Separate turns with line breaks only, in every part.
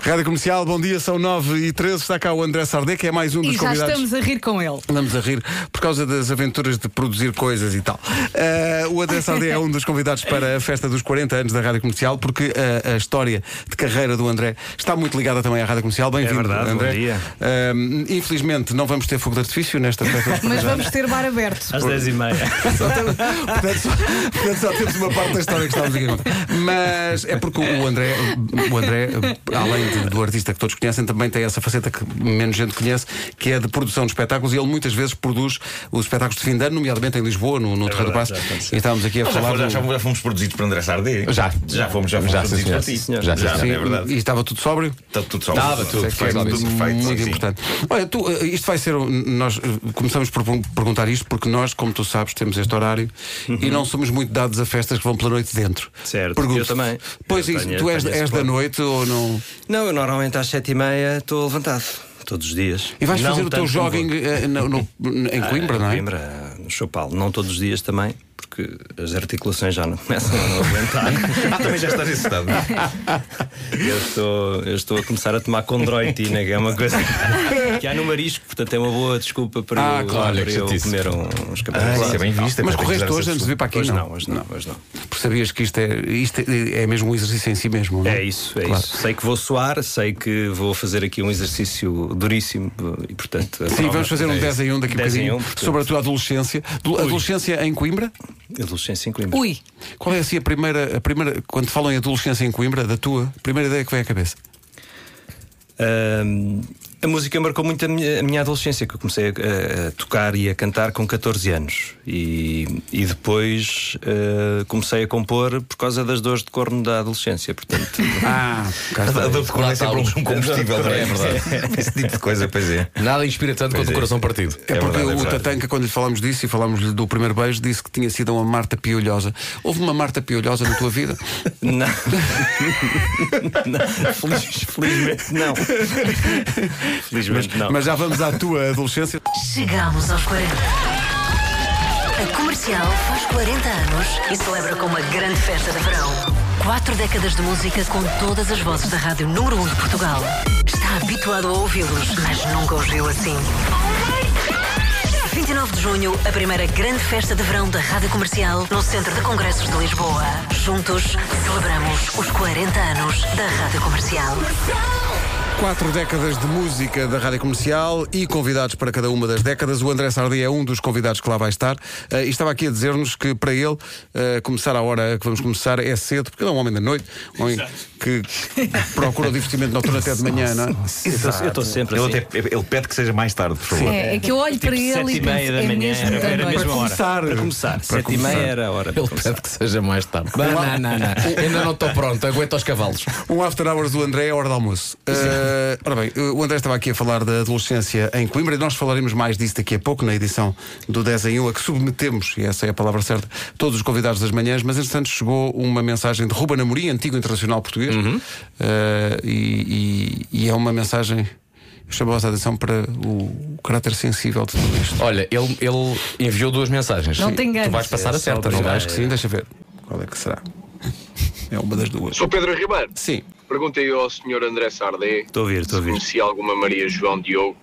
Rádio Comercial, bom dia, são 9 e 13 está cá o André Sardé, que é mais um dos
E já
convidados.
estamos a rir com ele.
Andamos a rir por causa das aventuras de produzir coisas e tal. Eh, o André Sardé é um dos convidados para a festa dos 40 anos da Rádio Comercial, porque eh, a, história de carreira do André está muito ligada também à Rádio Comercial. Bem-vindo,
É verdade, bom
André.
dia.
Eh, infelizmente, não vamos ter fogo de artifício nesta festa. dos 40
Mas
anos.
vamos ter bar aberto.
Às 10 e meia.
Só temos- portanto, só, portanto, só temos uma parte da história que estamos aqui a contar. Mas é porque o André, o André além de- do artista que todos conhecem, também tem essa faceta que menos gente conhece, que é de produção de espetáculos. E ele muitas vezes produz os espetáculos de fim de ano, nomeadamente em Lisboa, no,
É
no Terreiro do
verdade,
Passo.
já aconteceu.
E estávamos aqui a
Já
falar.
fomos, já,
do-
fomos- já fomos produzidos por André Sardé?
Já.
Já fomos, já fomos
Já, sim,
produzidos
senhor.
por ti.
Sim, senhor. Já, sim,
é
Sim,
verdade.
E estava tudo sóbrio?
Está tudo só.
Ah,
Estava tudo,
Foi
foi
tudo
óbvio.
feito.
é Muito
sim.
importante. Olha, tu, eh, isto vai ser. um- Nós eh, começamos por per- perguntar isto porque nós, como tu sabes, temos este horário e não somos muito dados a festas que vão pela noite dentro.
Uhum. Certo,
Pergunto-te.
eu também.
Pois
Eu
isso,
tenho-
tu és,
tenho esse
és da
plano.
noite ou não.
Não, eu normalmente às sete e meia estou levantado.
Todos os dias.
E vais
Não
fazer o teu
tanto como
jogging
vou.
eh, no- no- em Coimbra,
Ah,
não é?
Coimbra, no Chopal. Não todos os dias também, porque as articulações já não começam a não aguentar.
Ah, também já estás nesse estado.
Eu estou, eu estou a começar a tomar condroitina, que é uma coisa que há no marisco, portanto é uma boa desculpa para
Ah,
eu,
claro,
para
que
eu
chatice.
comer um- uns
Ah,
camarões.
isso é bem visto. é
Mas
pá, tem que
correste
dar
hoje
essa
antes de vir para aqui?
Hoje não, hoje não, hoje não.
Porque sabias que isto é, isto é, é mesmo um exercício em si mesmo, não
É isso, é
Claro.
isso. Sei que vou suar, sei que vou fazer aqui um exercício duríssimo e, portanto. a
Sim,
prova
vamos fazer um
é
10 em 1 daqui a
10 em
bocadinho
1, portanto.
sobre a tua adolescência. Do- Adolescência em Coimbra?
Adolescência em Coimbra.
Ui,
Qual é assim a primeira, a primeira, quando falam em adolescência em Coimbra, da tua, a primeira ideia que vem à cabeça?
Ahm, a música marcou muito a minha, a minha adolescência, que eu comecei a, a- a tocar e a cantar com 14 anos. E, e depois ah, comecei a compor por causa das dores de corno da adolescência. Portanto,
Ah, cá
A
está.
dor de corno é sempre um combustível, não é?
É
verdade. Esse tipo de coisa, pois é.
Nada inspira tanto quanto o
é.
coração partido.
É
É
porque
verdade, é
o
verdade.
Tatanka, quando lhe falámos disso e falámos-lhe do primeiro beijo, disse que tinha sido uma Marta Piolhosa. Houve uma Marta Piolhosa na tua vida?
não. Não, feliz- felizmente não. Felizmente não.
Mas já vamos à tua adolescência.
Chegamos aos 40. A Comercial faz 40 anos e celebra com uma grande festa de verão. Quatro décadas de música com todas as vozes da rádio número 1 de Portugal. Está habituado a ouvi-los, mas nunca os viu assim. 29 de junho, a primeira grande festa de verão da Rádio Comercial no Centro de Congressos de Lisboa. Juntos, celebramos os 40 anos da Rádio Comercial.
Quatro décadas de música da rádio comercial e convidados para cada uma das décadas. O André Sardi é um dos convidados que lá vai estar. Eh, e estava aqui a dizer-nos que para ele eh, começar a hora que vamos começar é cedo, porque ele é um homem da noite, um homem que procura o divertimento noturno até de manhã, não é?
Eu estou sempre
Ele,
assim.
até, ele pede que seja mais tarde, por favor.
é, é que eu olho para ele
Tipo sete
e
e meia
penso,
da
é
manhã,
mesmo
era-
da
era a
noite.
mesma hora.
Começar.
Para começar,
Para
7 e meia era a hora. para
Ele
começar.
pede que seja mais tarde. Não, não, não, não. Ainda não estou pronto, aguento aos cavalos.
Um after hours do André é hora de almoço. Eh, ora bem, o André estava aqui a falar da adolescência em Coimbra e nós falaremos mais disso daqui a pouco na edição do 10 em 1, a que submetemos, e essa é a palavra certa, todos os convidados das manhãs, mas entretanto chegou uma mensagem de Ruben Amorim, antigo internacional português, eh, e, e- e é uma mensagem que chamou a nossa atenção para o, caráter sensível de tudo isto.
Olha, ele, ele enviou duas mensagens.
Não te enganes. é
Tu vais passar a certa, não
Eu
vais?
acho que sim, deixa ver. Qual é que será? É uma das duas.
Sou Pedro Ribeiro.
Sim.
Perguntei ao Sr. André Sardé
Estou a ouvir, estou a
se
ouvir.
conhecia alguma Maria João Diogo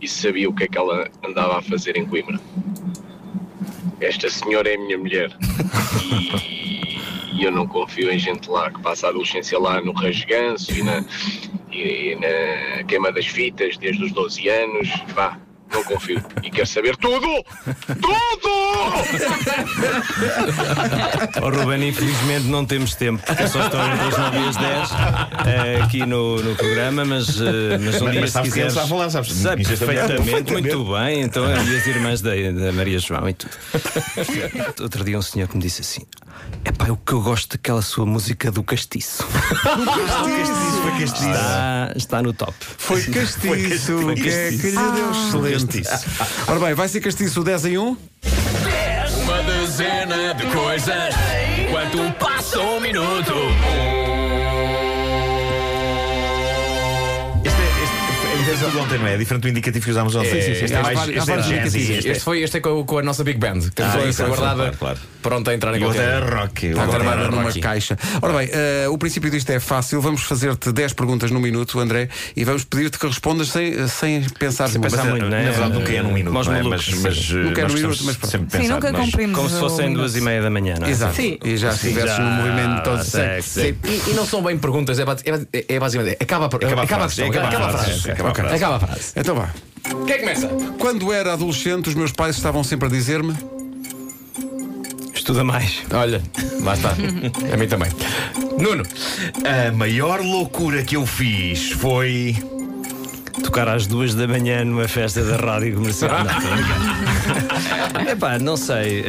e se sabia o que é que ela andava a fazer em Coimbra. Esta senhora é a minha mulher e, e eu não confio em gente lá que passa a adolescência lá no rasganço e na, e- e na queima das fitas desde os 12 anos. Vá, não confio. E quero saber tudo! Tudo!
Oh, Ruben, infelizmente não temos tempo, porque só estão entre as 9 e as 10 eh, aqui no, no programa, mas, eh, mas um
Mas-
dia
mas
se
sabes quem
quiseres.
está a falar, sabes? é
Sabe
Conheces a mulher
perfeitamente, muito bem. Então, e as irmãs da, da Maria João e tudo. Outro dia, um senhor que me disse assim: é pá, o que eu gosto daquela sua música do castiço.
Isso foi castiço.
Está, está no top.
Foi castiço,
foi
que é que lhe deu excelente.
é-
Ora bem, vai ser castiço o 10 em 1.
Uma dezena de coisas Quanto passa um minuto
Este é- este- fizemos tudo ontem, não é? É Diferente do indicativo que usámos ontem.
Sim, sim, sim. Este
É
é
mais-
vários- há
este é
vários
jazz e
indicativos.
este
Este
é-
foi este é com, com a nossa Big Band, que temos
Ah,
ah,
isso, claro,
guardada
claro, claro.
pronto a entrar em
E outra
qualquer.
é rock.
Está a
Outra
trabalhar
era
numa
rock.
caixa. Ora bem, eh, o princípio disto é fácil. Vamos fazer-te 10 perguntas num minuto, André, e vamos pedir-te que respondas sem, sem pensar
Mas,
muito.
eh,
muito, não é?
Na verdade, nunca é num minuto.
Nós
não é?
malucos,
Mas,
sim.
mas, eh,
Nunca é
nós
num
temos
minuto, mas pronto.
sempre
Sim,
pensado,
nunca
nós-
cumprimos.
Como se
o
fossem
minuto.
duas e meia da manhã, não é?
Exato.
Sim.
E já estivesse
Já,
num movimento todo
sexy.
sexy.
E, e não são bem perguntas, é, bas- é bas- é basicamente. Acaba, a per-
Acaba a
acaba a
frase,
questão,
acaba a
acaba a
frase,
frase.
acaba a
Ok,
frase.
Acaba a frase.
Então vá.
Quem é começa?
Quando era adolescente, os meus pais estavam sempre a dizer-me.
Estuda mais.
Olha, lá está. a mim também. Nuno,
A maior loucura que eu fiz foi.
Tocar às duas da manhã numa festa da rádio comercial. Não, Epá, não sei.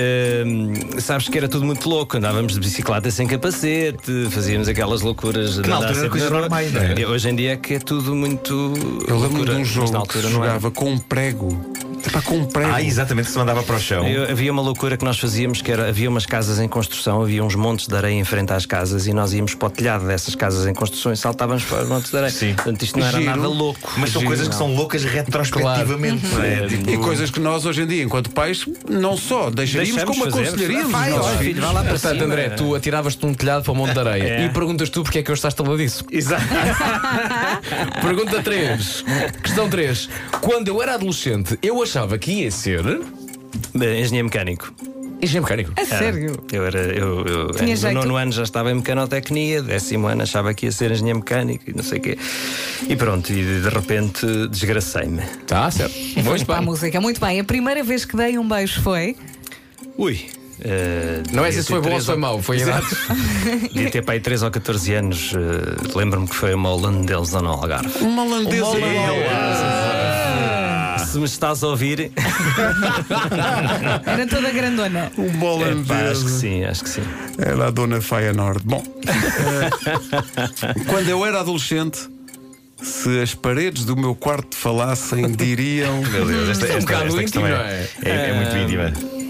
Hum, sabes que era tudo muito louco. Andávamos de bicicleta sem capacete, fazíamos aquelas loucuras. de
na
andar
altura era
sempre
coisas
na rua.
normais, não é?
E Hoje em dia é que é tudo muito.
Eu lembro-me de
loucura,
um
mas na
jogo que
altura
se
não é? era.
jogava com um prego. Epá, com um prego.
Ah, exatamente, que se mandava para o chão.
Eu- havia uma loucura que nós fazíamos que era havia umas casas em construção, havia uns montes de areia em frente às casas e nós íamos para o telhado dessas casas em construção e saltávamos para os montes de areia.
Sim.
Portanto, isto não era
Giro.
nada louco.
Mas são
Giro,
coisas que
não.
são loucas retrospectivamente. não é? Tipo,
E coisas que nós hoje em dia, enquanto pais, não só deixaríamos,
Deixamos
como
fazer. é?
aconselharíamos.
Vai,
os nossos
ó,
filhos.
filho, vai lá para
portanto,
cima.
André, tu atiravas-te num telhado para o monte de areia
É.
e perguntas tu porque é que eu estás tão disso.
Exato.
Pergunta 3. Questão 3. Quando eu era adolescente, eu achava que ia ser
Bem, engenheiro mecânico.
engenheiro mecânico.
É.
A sério?
Eu era, eu, eu
Tinha
em- no
jeito.
nono ano já estava em mecanotecnia, décimo ano achava que ia ser engenheiro mecânico e não sei o quê. E pronto, e de repente desgracei-me.
Tá, certo.
Vamos
Muito
para a
bem.
música. Muito bem. A primeira vez que dei um beijo foi.
Ui. eh,
Não é
devia
se isso foi
ter
bom ou
três
se foi
ou-
mau, foi errado.
Devia ter pai 3 ou 14 anos. eh, Lembro-me que foi uma holandesa lá no Algarve.
Uma holandesa.
Ah.
Se me estás a ouvir,
Era toda grandona.
Uma
pá, acho que
holandesa.
sim, acho que sim.
Era É a dona Faia Norte. Bom, eh, quando eu era adolescente, se as paredes do meu quarto falassem, diriam.
Meu Deus, esta,
Isto é um
esta,
bocado
esta questão
íntimo,
é, é, é muito íntima.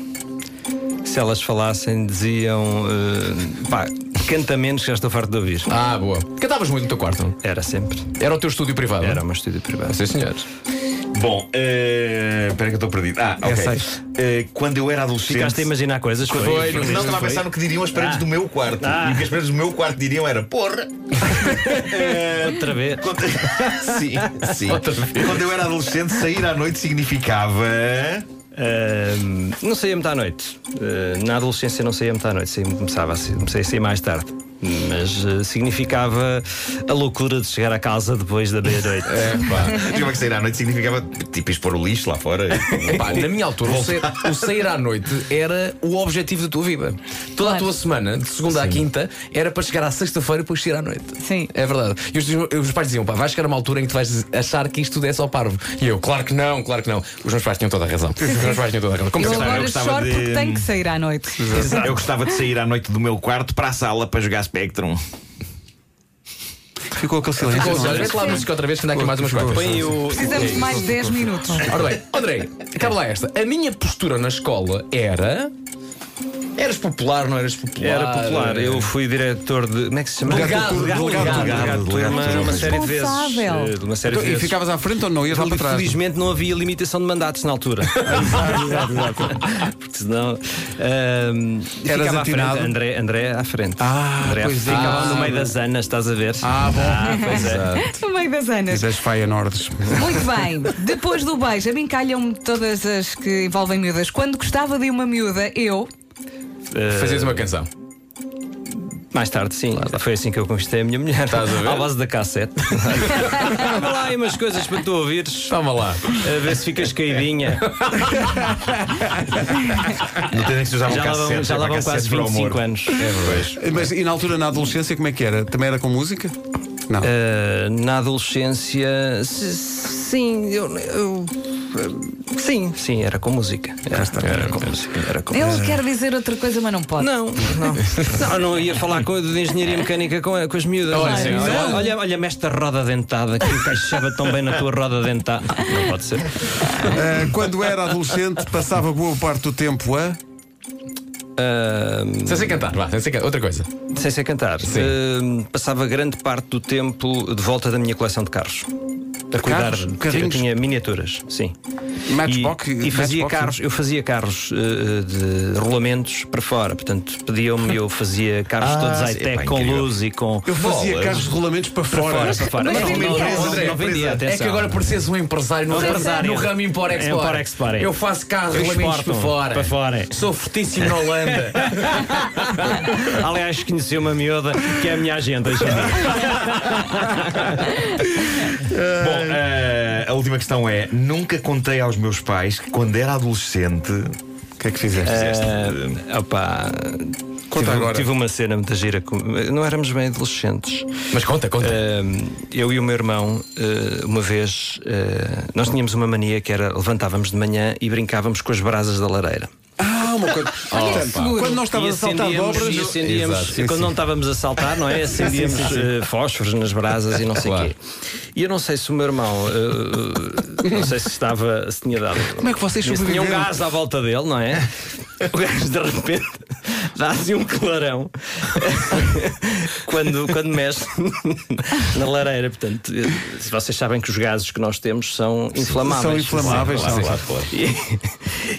Se elas falassem, diziam: eh, pá, canta menos que já estou farto de ouvir.
Ah, boa. Cantavas muito no teu quarto.
Era sempre.
Era o teu estúdio privado.
Era uma estúdio privado.
Sim, senhores.
Bom, eh, espera que eu estou perdido. Ah, ok.
seis.
Eh, quando eu era adolescente.
Ficaste a imaginar coisas?
Foi,
Não, estava a pensar no que diriam as paredes do meu quarto. E o que as paredes do meu quarto diriam era: porra!
Outra vez.
Quando... sim, sim. Quando eu era adolescente, sair à noite significava.
Ahm, não saía muito à noite. Ah, na adolescência não saía muito à noite, saía, começava a sair, comecei a sair mais tarde. Mas ah, significava a loucura de chegar a casa depois da meia-noite.
É,
Tinha que sair à noite significava tipo expor o lixo lá fora.
Pá, na minha altura, o sair, o sair à noite era o objetivo da tua vida. Toda a
Claro.
tua semana, de segunda à quinta, era para chegar à sexta-feira e depois sair à noite.
Sim.
É verdade. E os, os pais diziam, pá, vai chegar uma altura em que tu vais achar que isto tudo é só parvo. E eu, claro que não, claro que não. Os meus pais tinham toda a razão. Os meus pais tinham toda a razão. Como
Eu
sempre.
agora
gostava
choro
de-
porque tenho que sair à noite.
Eu gostava de sair à noite do meu quarto para a sala para jogar Spectrum.
Ficou aquele silêncio.
Com os
não é?
olhos, vê lá a música outra vez, que ainda há aqui mais umas quantas.
Põe o.
Precisamos de mais 10 minutos.
Ora bem, Andrei, acaba lá esta. A minha postura na escola era. Eras popular, não eras popular?
Era popular. Eu fui diretor de. Como é que se chama?
Delegado,
delegado,
delegado,
delegado,
delegado,
delegado,
delegado,
Uma, uma
delegado.
série de vezes.
Responsável.
eh, de Uma série de
Então, E
vezes.
ficavas à frente ou não? Ias lá para Tá trás?
Felizmente não havia limitação de mandatos na altura. Porque senão. ahm,
Eras
ficava à
atinado?
frente. André, André à frente.
Ah,
André à
pois
frente.
é.
Ficava no
Ah.
meio das anas, estás a ver?
Ah, bom.
pois é.
No meio das anas.
E das Faia Nortes.
Muito bem, depois do beijo, a mim calham-me todas as que envolvem miúdas. Quando gostava de uma miúda, eu.
Eh,
Fazias uma canção.
Mais tarde, sim. Foi assim que eu conquistei a minha mulher.
Estás a ver?
À base da cassete. Toma lá aí umas coisas para tu ouvires.
Toma lá.
A ver se ficas caidinha.
Não tem nem que se usava um
Já lá vão,
cassete.
já lá vão quase 25 anos.
anos.
Mas e na altura, na adolescência, como é que era? Também era com música? Não.
Uh, na adolescência, se- sim, eu, eu- sim, sim, era com música. Era, era com música. Era com
Ele
música.
quer dizer outra coisa, mas não pode.
Não, não. não, não ia falar com, de engenharia mecânica com, com as miúdas.
Olha,
Não.
sim,
olha, olha, olha-me esta roda dentada que encaixava tão bem na tua roda dentada. Não pode ser.
Ah, quando era adolescente, passava boa parte do tempo a.
Uh,
Sem ser cantar, vá, sem ser cantar. Outra coisa.
sem ser cantar, Hum,
Sim.
Uh, passava grande parte do tempo de volta da minha coleção de carros. a cuidar.
Carros?
de-
Carrinhos?
Eu tinha miniaturas, sim.
Matchbox?
E, e fazia
Matchbox?
carros, eu fazia carros eh, eh, de rolamentos para fora. Portanto, pediam-me e eu fazia carros
Ah,
todos
sim,
high-tech,
pá,
com
incrível.
luz e com.
Eu fazia
bolas.
carros de rolamentos para
para
fora.
fora, para fora.
mas
Não,
é
não,
mentira.
não,
André,
não vendia,
É que
atenção.
agora por seres um empresário no,
Um empresário.
no ramo import export.
Import, export, é.
Eu faço carros
Eu
rolamentos
exporto
para fora.
para fora.
Sou fortíssimo na Holanda.
Aliás, conheci uma miúda que é a minha agenda hoje em dia.
Bom, eh, a última questão é: nunca contei aos meus pais que quando era adolescente. O que é que fizeste?
Eh, opa,
Conta
tive, um-
agora.
tive uma cena muito gira. com- Não éramos bem adolescentes.
Mas conta, conta.
Ahm, eu e o meu irmão, eh, uma vez, eh, nós tínhamos uma mania que era levantávamos de manhã e brincávamos com as brasas da lareira.
Ah, uma coisa. Portanto,
seguro.
quando nós
E
estávamos a saltar de
acendíamos-
obras.
e acendíamos-
Exato, sim,
quando
sim.
não estávamos a saltar, não é? Acendíamos eh, fósforos nas brasas e não sei o
Claro.
quê. E eu não sei se o meu irmão, eh, não sei se estava, se tinha dado.
Como é que vocês
Mas Tinha um
sobreviveram?
gás à volta dele, não é? O gajo de repente dá assim um clarão quando, quando mexe na lareira. Portanto, eh, se vocês sabem que os gases que nós temos são inflamáveis.
São inflamáveis,
Sim,
são.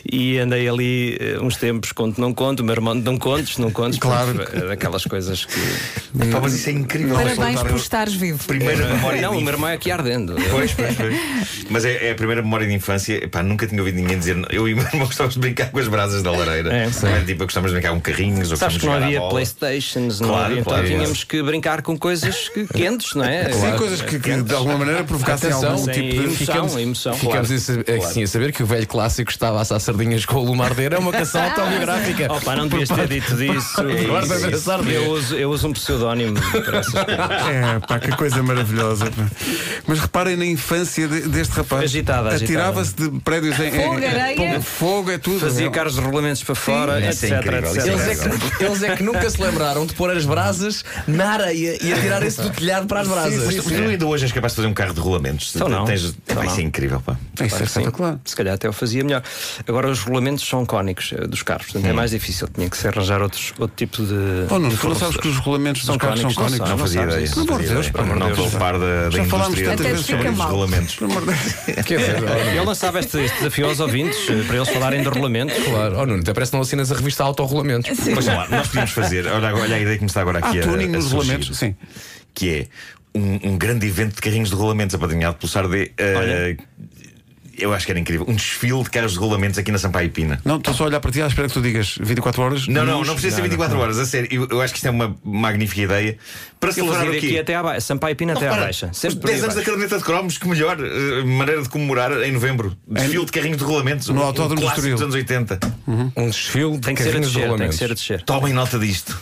E, e andei ali eh, uns tempos, conto, não conto, o meu irmão, não contes, não contes.
Claro.
portanto, era Aquelas coisas que.
Pá, mas isso é incrível.
Parabéns
Soltar
por estares vivo.
a Primeira memória.
Não,
de
o meu irmão é aqui ardendo.
Pois, pois, pois. Mas é, é a primeira memória de infância. Pá, nunca tinha ouvido ninguém dizer. Eu e o meu irmão gostávamos de brincar com as brasas da lareira.
É,
não é? Tipo, gostávamos de brincar com carrinhos ou
Sabes que não
gostávamos de jogar à
havia
bola.
Playstations, não
Claro,
havia, então
claro.
tínhamos que brincar com coisas que- quentes, não é?
Sim, coisas que, que de alguma maneira provocassem
Atenção,
algum
sem
tipo de.
emoção, emoção.
Ficamos a sa- assim a saber que o velho clássico estava a assar sardinhas com o lumardeira é uma
Ah,
canção autobiográfica.
Opa, não devias ter dito disso.
é
parte da sardinha.
Eu uso, eu uso um pseudónimo para essas coisas.
É, pá, que coisa maravilhosa. pá. Mas reparem na infância de- deste rapaz.
Agitada, agitada.
Atirava-se de prédios em. em-
Fogo,
em-
areia.
Fogo, é tudo.
Fazia
É.
carros de rolamentos para fora,
Isso é
etc,
incrível,
etc.
isso
Eles é, que, eles é que nunca se lembraram de pôr as brasas na areia e atirarem-se do telhado para as brasas.
Mas tu ainda hoje és capaz de fazer um carro de rolamentos.
Então não.
Tens...
Então
Pá, isso é
não.
incrível, pá.
Isso é espetacular.
Se calhar até eu fazia melhor. Agora os rolamentos são cónicos eh, dos carros, portanto é mais difícil. Tinha que se arranjar outros, outro tipo de.
Oh, Nuno,
de
tu não sabes que os regulamentos dos
São
carros são
cónicos,
cónicos?
Não
Não
fazia
sabes
ideia.
isso.
Pelo amor de Deus, pá.
Não estou a par da, da
Já falámos
indústria
tantas
dos-
vezes sobre
dos
isso.
regulamentos.
Pelo amor de Deus.
É
Quer dizer, oh,
Ele lançava este, este desafio aos ouvintes eh, para eles falarem de rolamentos.
claro, oh, Nuno, até parece que não assinas a revista Autorrolamentos.
Mas lá, nós podíamos fazer. Olha, olha a ideia que me está agora
Há
aqui a,
tuning
a
nos
surgir,
rolamentos, sim.
Que é um, um grande evento de carrinhos de rolamentos apadrinhado pelo Sardê. eh, eu acho que era incrível. Um desfile de carros de rolamentos aqui na Sampaio Pina.
Não, estou só a olhar para ti à espera que tu digas 24 horas.
Não, não, não precisa ser 24 horas, a sério. Eu, eu acho que isto é uma magnífica ideia. Para
Eu
celebrar
fazia
o
daqui
quê?
até à baixa, Sampaio e Pina até à
Repara,
baixa.
os
Sempre por aí
10 anos da
abaixo.
caderneta de cromos, que melhor eh, maneira de comemorar em novembro. Desfile de carrinhos de rolamentos.
No
um- um
Autódromo do
clássico
Estoril.
dos anos 80.
Um desfile de
Tem que ser a descer, tem
carrinhos de
que
rolamentos.
ser a descer.
Tomem nota disto.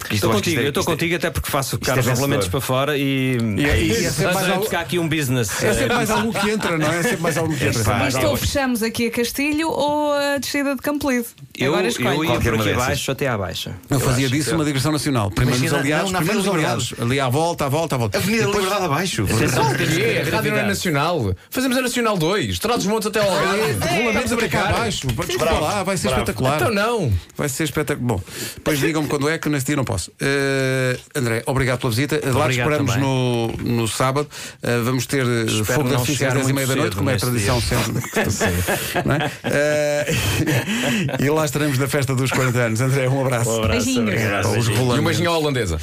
Isto
Estou
eu acho que isto
contigo,
é-
eu estou
isto é-
contigo até porque faço
é
carros de
vencedor.
rolamentos para fora
E-
e.
e- e-
isso.
é mais
Mas
algo-
há aqui um business.
É sempre mais algo que entra, não é? É sempre mais algo que entra.
Epá.
Isto ou fechamos aqui a Castilho ou a descida de Campolide.
Eu,
Agora
eu
escolhe.
ia
Qualquer
por
uma
aqui
dessas.
abaixo até à baixa.
Eu fazia
acho
disso
que-
uma digressão nacional. Primeiro nos
é. Imagina,
aliados,
não, na
primeiro nos
Avenida
aliados. Ali à volta, à volta, à volta.
Avenida Liberdade abaixo.
Atenção, quê? A rádio não é nacional. Fazemos a Nacional 2. Traz os montes até ao Algarve.
Rolamentos
Rolamentos
até cá abaixo. Desculpa lá, vai ser espetacular.
Então não.
Vai ser espetacular. Bom, depois digam-me quando é que nesse dia não posso. Eh, André, obrigado pela visita. Lá te
Obrigado
esperamos
também.
no, no sábado. Eh, vamos ter eh, fogo de
não
artifício às
chegar
10 e meia
muito
da noite,
cedo
como é a
neste
tradição sempre. Não é? Eh, e lá estaremos na festa dos 40 anos. André, um abraço.
Um abraço,
Beijinhos.
obrigado.
Os
E
rolandos.
um beijinho à holandesa.